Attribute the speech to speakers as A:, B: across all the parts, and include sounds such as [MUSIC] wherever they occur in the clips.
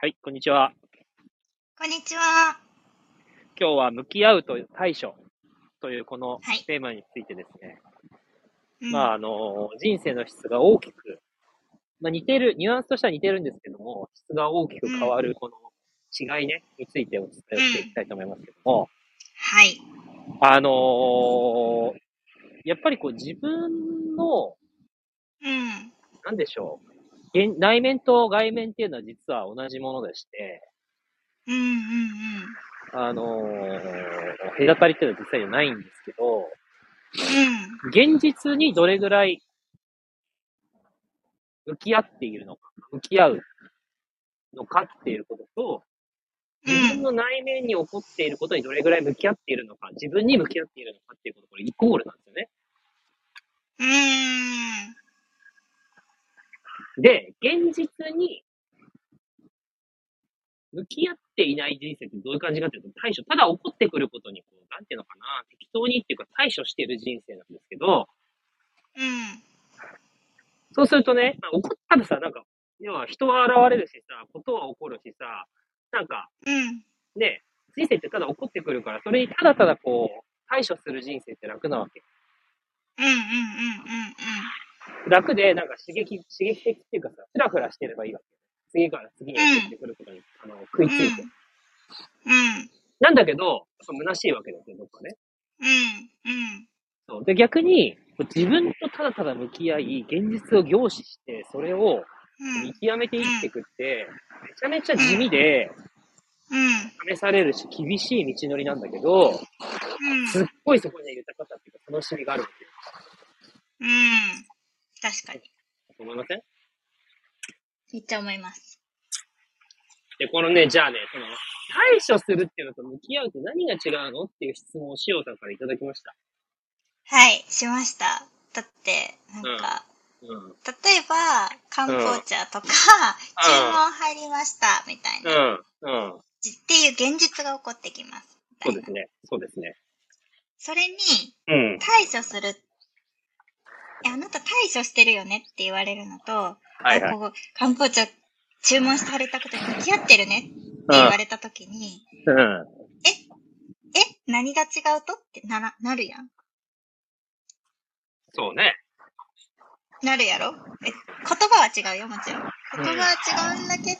A: はい、こんにちは。
B: こんにちは。
A: 今日は向き合うと対処というこの
B: はい
A: テーマについてですね。
B: うん
A: まあ、あの、人生の質が大きく、まあ似てる、ニュアンスとしては似てるんですけども、質が大きく変わるこの違いね、についてお伝えをしていきたいと思いますけども、
B: はい。
A: あのーやっぱりこう自分の、
B: うん。
A: なんでしょう、現内面と外面っていうのは実は同じものでして、
B: うんうん
A: あのー隔たりっていうのは実際にはないんですけど、
B: うん。
A: 現実にどれぐらい向き合っているのか、向き合うのかっていうことと、自分
B: うん。うん。
A: の内面に起こっていることにどれぐらい向き合っているのか、自分に向き合っているのかっていうこと、これイコールなんですよね。
B: うん。
A: で、現実に向き合っていない人生ってどういう感じかっていうと、対処、ただ起こってくることにこう、なんていうのかな、適当にっていうか対処している人生なんですけど、
B: うん。
A: そうするとね、まあ、怒ったらさ、なんか、要は人は現れるしさ、ことは起こるしさ、なんか
B: うん。
A: ね、人生ってただ起こってくるから、それにただただこう、対処する人生って楽なわけ。
B: うん。うん。
A: 楽で、なんか刺激、刺激的っていうかさ、ふらふらしてればいいわけ。次から次にやってくることに、あの、食いついて。
B: うん。
A: なんだけど、そう虚しいわけですよ、どっかね。
B: うん。うん。
A: そう。で、逆に、自分とただただ向き合い、現実を凝視して、それを見極めて生きていくって、めちゃめちゃ地味で、
B: うん。
A: 試されるし、厳しい道のりなんだけど、
B: うん。
A: すっごいそこには豊かさっていうか楽しみがあるっていう
B: うん。確かに。
A: か思いません
B: めっちゃ思います。
A: で、このね、じゃあね、その、対処するっていうのと向き合うって何が違うのっていう質問をしおさんからいただきました。
B: はい。しました。だって、なんか、
A: うん。うん。
B: 例えば、漢方茶とか、注文入りました、みたいな。っ
A: うん。
B: ていう現実が起こってきます。みた
A: そ
B: いうな
A: ですね。そうですね。
B: それに、
A: うん。
B: 対処する。えあなた対処してるよねって言われるのと、
A: はいはい
B: あ。こう漢方茶注文されたことに向き合ってるねって言わ
A: う
B: れたときに、
A: ん。うん。
B: え、何が違うとってなら、なるやん。
A: そうね。
B: なるやろえ、言葉は違うよ、もちろん。言葉は違うんだけど、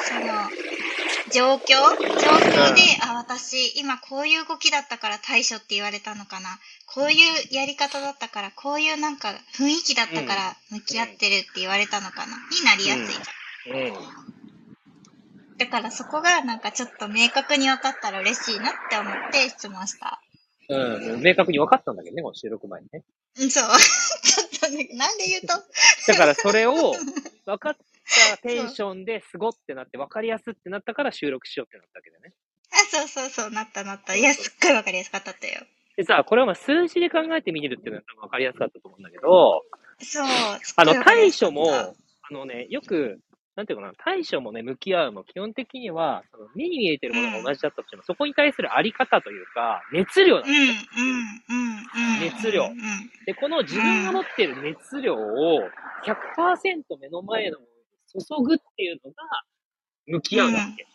B: その、状況状況で、あ、私、今こういう動きだったから対処って言われたのかな。こういうやり方だったから、こういうなんか雰囲気だったから向き合ってるって言われたのかな。になりやすいじゃん。
A: うん。
B: だからそこがなんかちょっと明確に分かったら嬉しいなって思って質問した。
A: うん。明確に分かったんだけどね、この収録前にね。
B: うん [LAUGHS] そう。ちょっとね、なんで言うと、
A: だからそれを分かったテンションですごってなって、分かりやすってなったから収録しようってなったわけだよね。
B: あ、そうそうそう、なったなった。いや、すっごい分かりやすかったってよ。
A: でさ、これをまあ数字で考えてみるっていうのは多分分かりやすかったと思うんだけど、
B: そう。すっ
A: あ
B: ごい
A: の、
B: 分かり
A: 対
B: やすか
A: 処
B: った
A: も、あのね、よく、なんていうかな、対処もね、向き合うも基本的には、その目に見えてるものが同じだったとしても、そこに対するあり方というか、熱量なん
B: うん、
A: で
B: う
A: す
B: ん
A: よ。、
B: うん、うん。
A: 熱量
B: うん、
A: で、この自分が持ってる熱量を100%目の前のものに注ぐっていうのが、向き合うだっけ。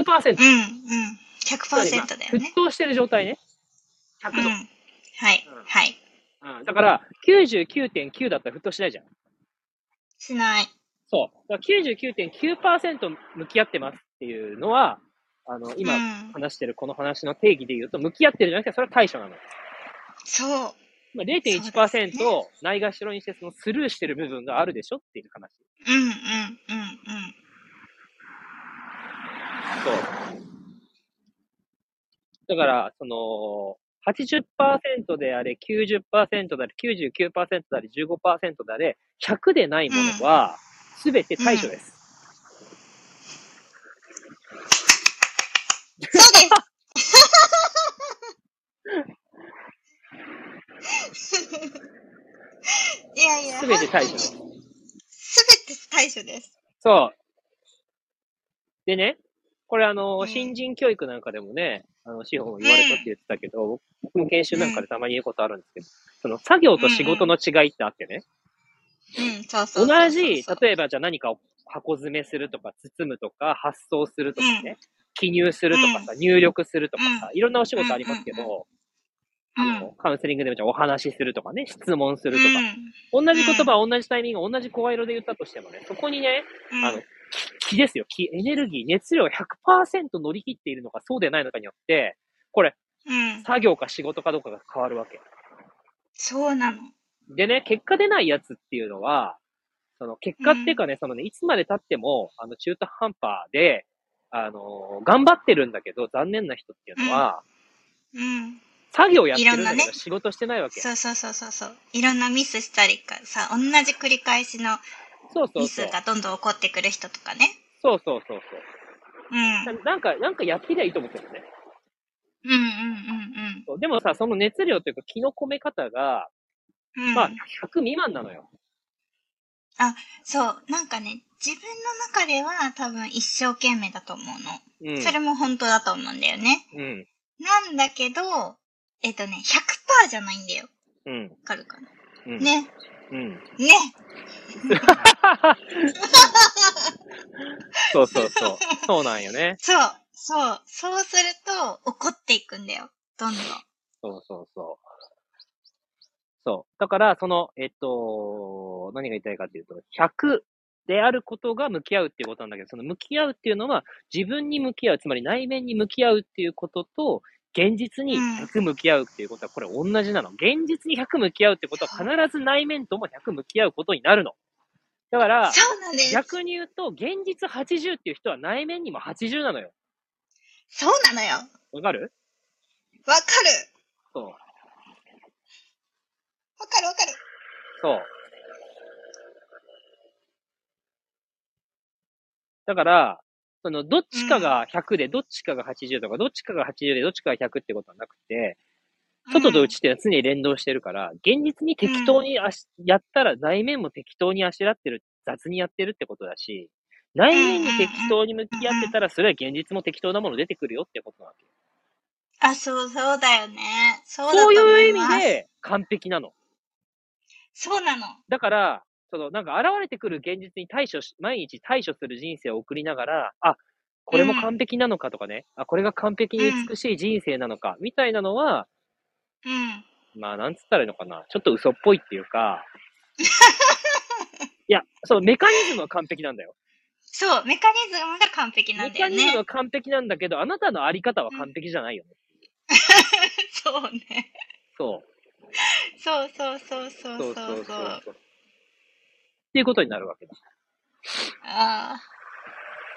A: 100%。
B: うん、うん。100%だよ
A: 沸
B: ね。
A: 騰してる状態ね。100度。
B: うん。はい、はい。
A: うん、だから、99.9だったら沸騰しないじゃん。
B: しない。
A: そう。だから99.9%向き合ってますっていうのは、あの、
B: う
A: 今
B: ん。
A: 話してるこの話の定義で言うと、向き合ってるじゃなくて、それは対処なの。
B: そう。
A: まあ、
B: そうです
A: 0.1%をないがしろにして、そのスルーしてる部分があるでしょっていう話。
B: うん、うん、うん、うん。
A: そう。だから、その、80%であれ、90%であれ、99%であれ、15%であれ、100でないものは、すべて対処です。 [LAUGHS]
B: そうですいやいや、
A: すべて対処
B: 本
A: で
B: 当に
A: す。
B: すべて対処です。
A: そう。でね、これあの、
B: うん
A: 新人教育なんかでもね、あの、司法も言われたって言ってたけど、僕も研修なんかでたまに言うことあるんですけど、その作業と仕事の違いってあってね、
B: うん、そうそうそうそう
A: 同
B: そう。
A: じ、例えばじゃあ何かを箱詰めするとか、包むとか、発送するとかね、記入するとかさ、入力するとかさ、いろんなお仕事ありますけど、
B: う
A: あ
B: ん、
A: のカウンセリングでもじゃあお話しするとかね、質問すると
B: う
A: か、
B: ん
A: 同じ言葉、同じタイミング、同じ声色で言ったとしてもね、そこにね、
B: うん
A: あの、気ですよ、気、エネルギー、熱量100%乗り切っているのか、そうでないのかによって、これ、
B: うん、
A: 作業か仕事かどうかが変わるわけ。
B: そうなの。
A: でね、結果出ないやつっていうのは、その結果っていうかね、そのね、いつまで経っても、あの、中途半端で、あのー頑張ってるんだけど、残念な人っていうのは、
B: うん。
A: 作業やってるんだ
B: いろ
A: け
B: んな
A: ど、
B: ね
A: 仕事してないわけ。
B: そうそうそうそうそう。いろんなミスしたりかさ、同じ繰り返しの
A: そうそう
B: ミ
A: そ
B: ス
A: う。
B: がどんどん起こってくる人とかね。
A: そうそうそう
B: うん。
A: そうな。なんか、なんかやってりゃいいと思ってるね。
B: うんうん
A: そうでもさ、その熱量というか、気の込め方が、
B: うんうん。うん、
A: まあ、100未満なのよ。
B: そう。なんかね、自分の中では多分一生懸命だと思うの。
A: うん。
B: それも本当だと思うんだよね。
A: うん。
B: なんだけど、えっとね、100%じゃないんだよ。
A: うん。
B: わかるかな
A: うん。
B: ね。
A: うん。
B: ね。
A: [LAUGHS] そうそうそう。そうなんよね。
B: そう。そう。そうすると怒っていくんだよ。どんど
A: そ
B: ん。
A: うそうそう。そう。だから、その、えっと、何が言いたいかっていうと、100であることが向き合うっていうことなんだけど、その向き合うっていうのは、自分に向き合う、つまり内面に向き合うっていうことと、現実に
B: うん
A: 100向き合うっていうことは、これ同じなの。現実に100向き合うってことは、必ず内面とも100向き合うことになるの。だから、
B: そうなんです。
A: 逆に言うと、現実80っていう人は内面にも80なのよ。
B: そうなのよ。わ
A: わかる
B: かる。
A: そう。
B: わかるわかる。
A: そう。だから、その、どっちかが100で、どっちかが80とか、どっちかが80で、どっちかが100ってことはなくて、外と内っていうのは常に連動してるから、現実に適当にあし、やったら内面も適当にあしらってる、雑にやってるってことだし、内面に適当に向き合ってたら、それは現実も適当なもの出てくるよってことなわけ。
B: あ、そう、そうだよね。そうだと
A: そう
B: 思
A: い
B: いう
A: 意
B: ます。
A: 味で完璧なの。
B: そうなの。
A: だから、そのなんか現れてくる現実に対処し、毎日対処する人生を送りながら、あ、これも完璧なのかとかね、あ、これが完璧に美しい人生なのか、みたいなのは、
B: うん。
A: まあ、なんつったらいいのかな、ちょっと嘘っぽいっていう
B: [LAUGHS]
A: か、いや、そう、メカニズムは完璧なんだよ。
B: そう、メカニズムが完璧な
A: メ
B: んだよ
A: カニズム
B: ね。
A: は完璧なんだけど、あなたのあり方は完璧じゃないよね。
B: そうね。
A: そう。
B: そうそうそうそ
A: そ
B: うそうう
A: そ
B: そう
A: そう
B: う
A: そう。っていうことになるわけだ。
B: あ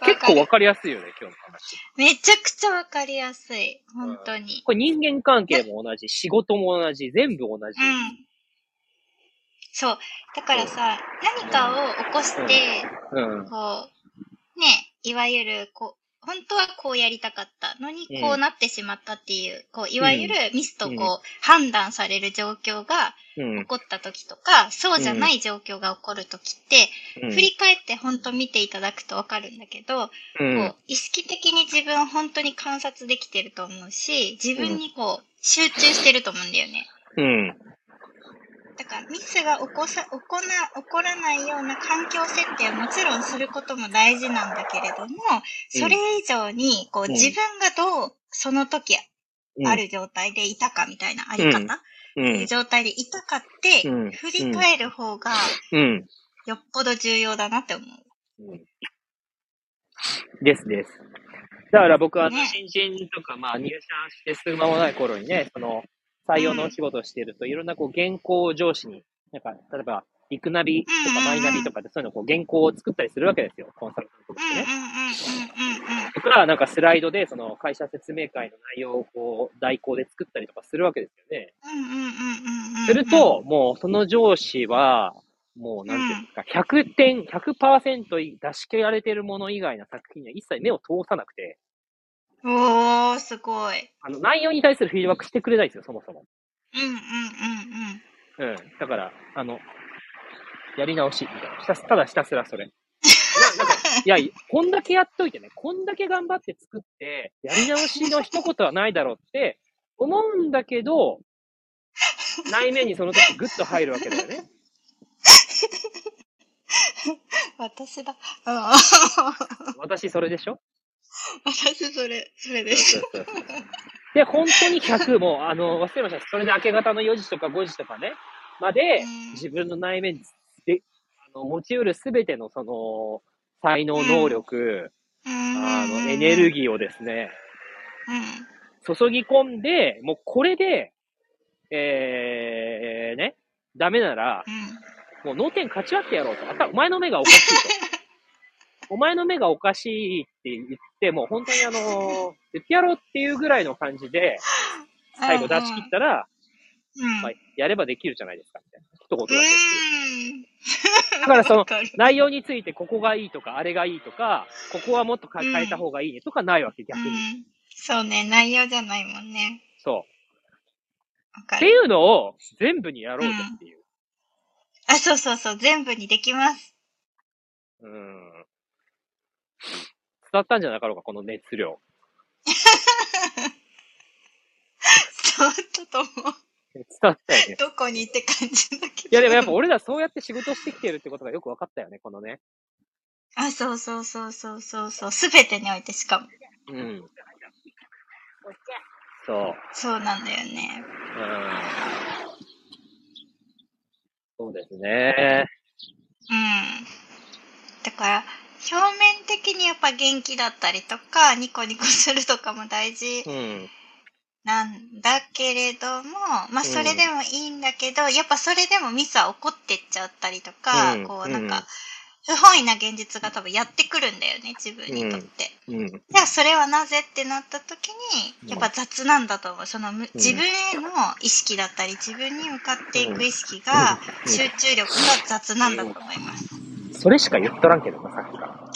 B: あ。
A: 結構
B: わ
A: わ
B: か
A: かりやすいよね、今日の話。
B: るめちゃくちゃわかりやすい。本当に。
A: これ人間関係も同じ、仕事も同じ、全部同じ。
B: うん。そう。だからさ、何かを起こして、
A: うん。
B: こう、ね、いわゆる、こう、本当はこうやりたかったのに
A: うん、
B: こうなってしまったっていう、こう、いわゆるミスとこう、判断される状況が
A: うん
B: 起。こった時とか、そうじゃない状況が起こる時って、振り返って本当見ていただくとわかるんだけど、
A: うん
B: こう、意識的に自分を本当に観察できてると思うし、自分にこう、集中してると思うんだよね。
A: うん。
B: だからミスが起こさ、起こな、起こらないような環境設定はもちろんすることも大事なんだけれども、それ以上に、こう、
A: うん
B: 自分がどう、その時
A: うん。
B: ある状態でいたかみたいなあり方、
A: う。
B: いうん状態でいたかって、
A: うん
B: 振り返る方が
A: うん。
B: よっぽど重要だなって思う。
A: うん。ですです。だから僕は、
B: ね
A: 新人とか、まあ、入社して数間もない頃にね、その、採用のお仕事をしていると、いろんなこう、原稿を上司に、なんか、例えば、リクナビと
B: うん
A: か
B: うん
A: マ
B: うん
A: イナビとかでそういうのをこう、原稿を作ったりするわけですよ、コンサルタントと
B: うんうん
A: か
B: うん
A: ね。
B: うんうんうん。
A: 僕らはなんかスライドで、その、会社説明会の内容をこう、代行で作ったりとかするわけですよね。
B: うんうんうんうんうん。
A: する、と、もうその上司は、もうなんていうんですか、100点、100%出し切られてるもの以外の作品には一切目を通さなくて、
B: おー、すごい。
A: あの、内容に対するフィードバックしてくれないんですよ、そもそも。
B: うんうんう
A: う
B: ん
A: ん。だから、あの、やり直し、みたいな。ひたすただひたすらそれ。ななんかいや、こんだけやっといてね、こんだけ頑張って作って、やり直しの一言はないだろうって思うんだけど、内面にその時グッと入るわけだよね。
B: 私だ。あの
A: 私それでしょ
B: [LAUGHS] 私それ、それで
A: そ
B: す。
A: うそうそう [LAUGHS] で、本当に100もう、あの、忘れました。それで明け方の4時とか5時とかね、まで
B: うん、
A: 自分の内面で、あの、持ち得るすべての、その、才能、能力、あの、エネル
B: ギ
A: ギーをですね、
B: ー。うん。
A: 注ぎ込んで、もうこれで、えー、ね、ダメなら、
B: う
A: も
B: ん。
A: う脳天勝ち割ってやろうと。あたお前の目がおかしいと。お前の目がおかしいって言って、もう本当にあの、言ってやろうっていうぐらいの感じで、最後出し切ったら、
B: うん。
A: まあ
B: う、
A: やればできるじゃないですか、みたいな。一言だけっていう。
B: ーん。
A: だからその
B: わかる
A: 内容についてここがいいとか、あれがいいとか、ここはもっとか変えた方がいいねとかないわけ、逆
B: う
A: に。
B: ん。そうね、内容じゃないもんね。
A: そう。
B: わか
A: って
B: る。
A: いうのを全部にやろうぜっていう。
B: あ、そうそうそう、全部にできます。
A: うん。伝わったんじゃなかろうか、この熱量。
B: そうだと思う。
A: 伝わったよね。
B: どこにって感じだけど。
A: いやでもやっぱ俺らそうやって仕事してきてるってことがよく分かったよね、このね。
B: あ、そうそうそうそうそうそう。すべてにおいてしかも。
A: うん。そう。
B: そうなんだよね。
A: うん。そうですね。
B: うん。だから、表面的にやっぱ元気だったりとか、ニコニコするとかも大事
A: うん。
B: なんだけれども、まあそれでもいいんだけど、やっぱそれでもミスは起こってっちゃったりとか、
A: うん
B: こうなん
A: うん
B: か、不本意な現実が多分やってくるんだよね、自分にとって。
A: うん。
B: じゃあそれはなぜってなった時
A: うん
B: にやっぱ雑なんだと思うそのむ自分への意識だったり自分に向かっていく意識が
A: うん
B: 集中力が雑なんだと思います
A: それしか言っとらんけどな、さっきから。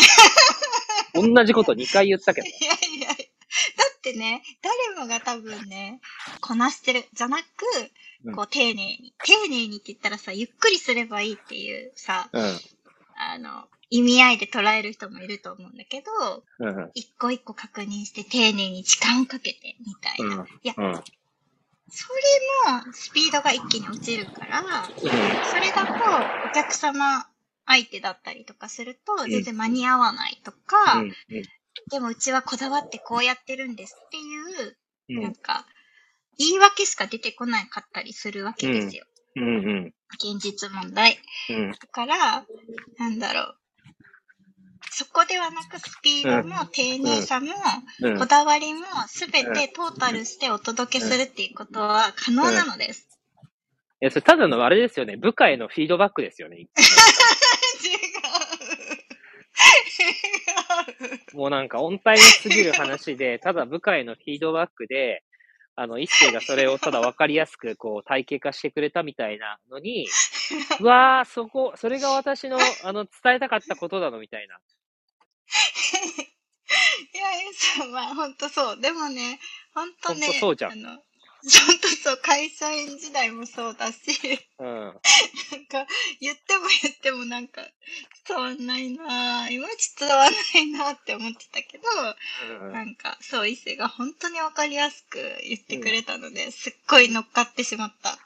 A: 同じこと2回言ったけど。
B: いやいやだってね誰もが多分ねこなしてるじゃなく
A: うん
B: こう丁寧に丁寧にって言ったらさゆっくりすればいいっていうさ
A: う
B: あの意味合いで捉える人もいると思うんだけ
A: ん。
B: ど
A: うん。
B: 一個一個確認して丁寧に時間をかけてみたいな、
A: うん
B: いや
A: うん。
B: それもスピードが一気に落ちるから、
A: う
B: それだとお客様相手だったりとかすると
A: ん
B: 全然間に合わないとか、
A: ん。
B: でもうちはこだわってこうやってるんですってい
A: うん。
B: う、
A: う
B: なん
A: ん。
B: か言い訳しか出てこなかったりするわけですよ。
A: うん。うん。
B: 現実問題。
A: うん。
B: だから、なんだろう。そこではなくスピードも丁寧さも
A: うん
B: こだわりも全てトータルしてお届けするっていうことは可能なのです。
A: いや、それただのあれですよね。部下へのフィードバックですよね。
B: 違う。違う。
A: もうなんか、音体にすぎる話
B: [LAUGHS]
A: で、ただ部下へのフィードバックで、あの、一星がそれをただ分かりやすく、こう、体系化してくれたみたいなの
B: [LAUGHS]
A: に、うわー、そこ、それが私の、あの、伝えたかったことなの、みたいな。
B: いや、エさんは本当そう。でもね、本当ね、
A: ほんとそうじゃん
B: あの、本当そう、会社員時代もそうだし、
A: うん。
B: なんか、言っても言ってもなんか、伝わんないなぁ、いまいち伝わんないなぁって思ってたけど、
A: うん
B: なんか、そう、伊勢が本当にわかりやすく言ってくれたので、すっごい乗っかってしまった。
A: い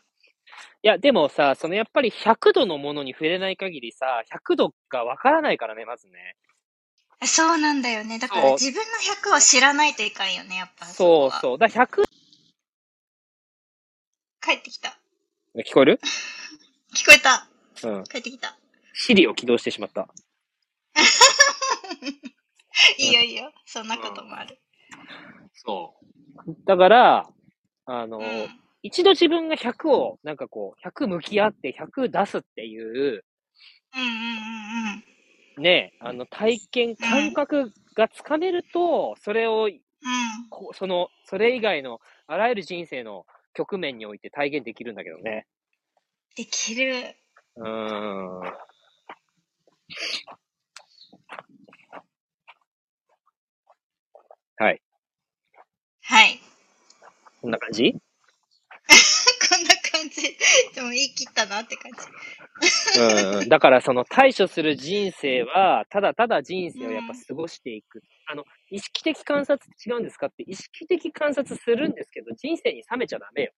A: や、でもさ、そのやっぱり100度のものに触れない限りさ、100度がわからないからね、まずね。
B: そうなんだよね。だか
A: そう
B: ら自分の100を知らないといかんよね、やっぱ。
A: そう
B: う。
A: そう。だから100、
B: 帰ってきた。
A: 聞こえる
B: 聞こえた。
A: うん。
B: 帰ってきた。
A: シリを起動してしまった。
B: いいよいいよ。そんなこともある。
A: そう。だから、あの、
B: うん
A: 一度自分が100を、なんかこう、100向き合って100出すっていう、
B: うんうんうんうん。
A: ね、あの、体験、感覚がつかめると、それを、
B: うん。
A: こうその、それ以外の、あらゆる人生の局面において体現できるんだけどね。
B: できる。
A: うーん。はい。
B: はい。 [LAUGHS]
A: こんな感じ
B: こんな感じ。でも言い切ったなって感じ。
A: うん。だからその対処する人生は、ただただ人生をやっぱ過ごしていく。あの、意識的観察って違うんですかって、意識的観察するんですけど、人生に冷めちゃダメよ。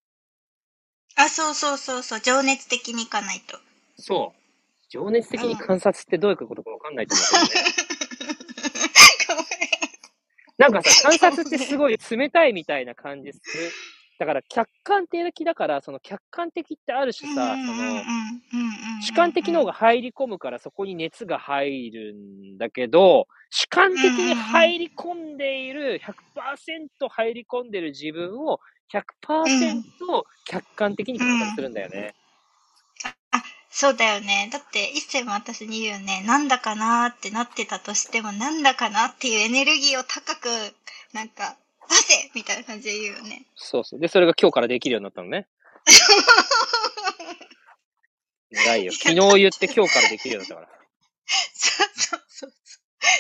B: あ、そうそうそうそう。情熱的にいかないと。
A: そう。情熱的に観察ってどういうことかわかんないと思うけどね。 [LAUGHS] なんかさ、観察ってすごい冷たいみたいな感じする。だから客観的だから、その客観的ってある種さ、その、主観的の方
B: が。
A: が入り込むからそこに熱が入るんだけど、主観的に入り込んでいる、100%入り込んでる自分を100%客観的に観察するんだよね。
B: そうだよね。だって、一星も私に言うよね。なんだかなーってなってたとしても、なんだかなっていうエネルギーを高く、なんか、出せみたいな感じで言うよね。
A: そうそう。で、それが今日からできるようになったの [LAUGHS] ね。偉いよ。昨日言って今日からできるようになったから。
B: そうそうそうそ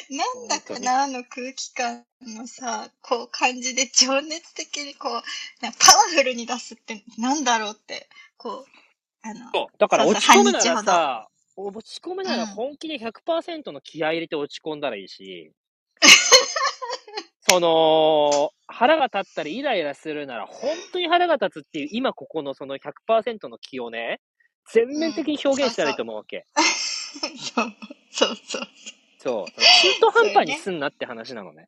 B: う。なんだかなーの空気感のさ、こう感じで情熱的にこう、なんかパワフルに出すってなんだろうって、こう、あの、
A: そう。だから
B: そう
A: 落
B: そう
A: ち込むな
B: 半日
A: ら
B: ほど
A: さ、落ち込むなら
B: うん
A: 本気で100%の気合い入れて落ち込んだらいい
B: [LAUGHS]
A: し、その、腹が立ったりイライラするなら、本当に腹が立つっていう、今ここのその100%の気をね、全面的に表現したらいいと思うわけ。
B: そう、 [LAUGHS] そうそう。
A: そう。中途半端
B: そう
A: に
B: ね
A: すんなって話なのね。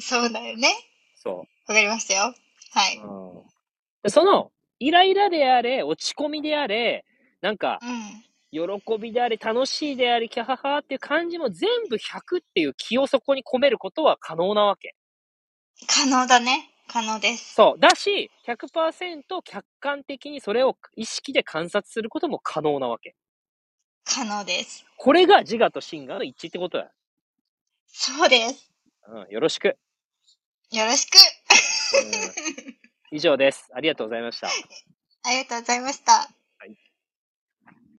B: そうだよね。
A: そ
B: わかりましたよ。はい。
A: う。うんでその、イライラであれ、落ち込みであれ、なんか、
B: うん。
A: 喜びであり、楽しいであり、キャハハっていう感じも全部100っていう気をそこに込めることは可能なわけ。
B: 可能だね。可能です。
A: そう。だし、100%客観的にそれを意識で観察することも可能なわけ。
B: 可能です。
A: これが自我と真我の一致ってことだ。
B: そうです。
A: うん、よろしく。
B: よろしく。
A: うん以上です。ありがとうございました。
B: ありがとうございました。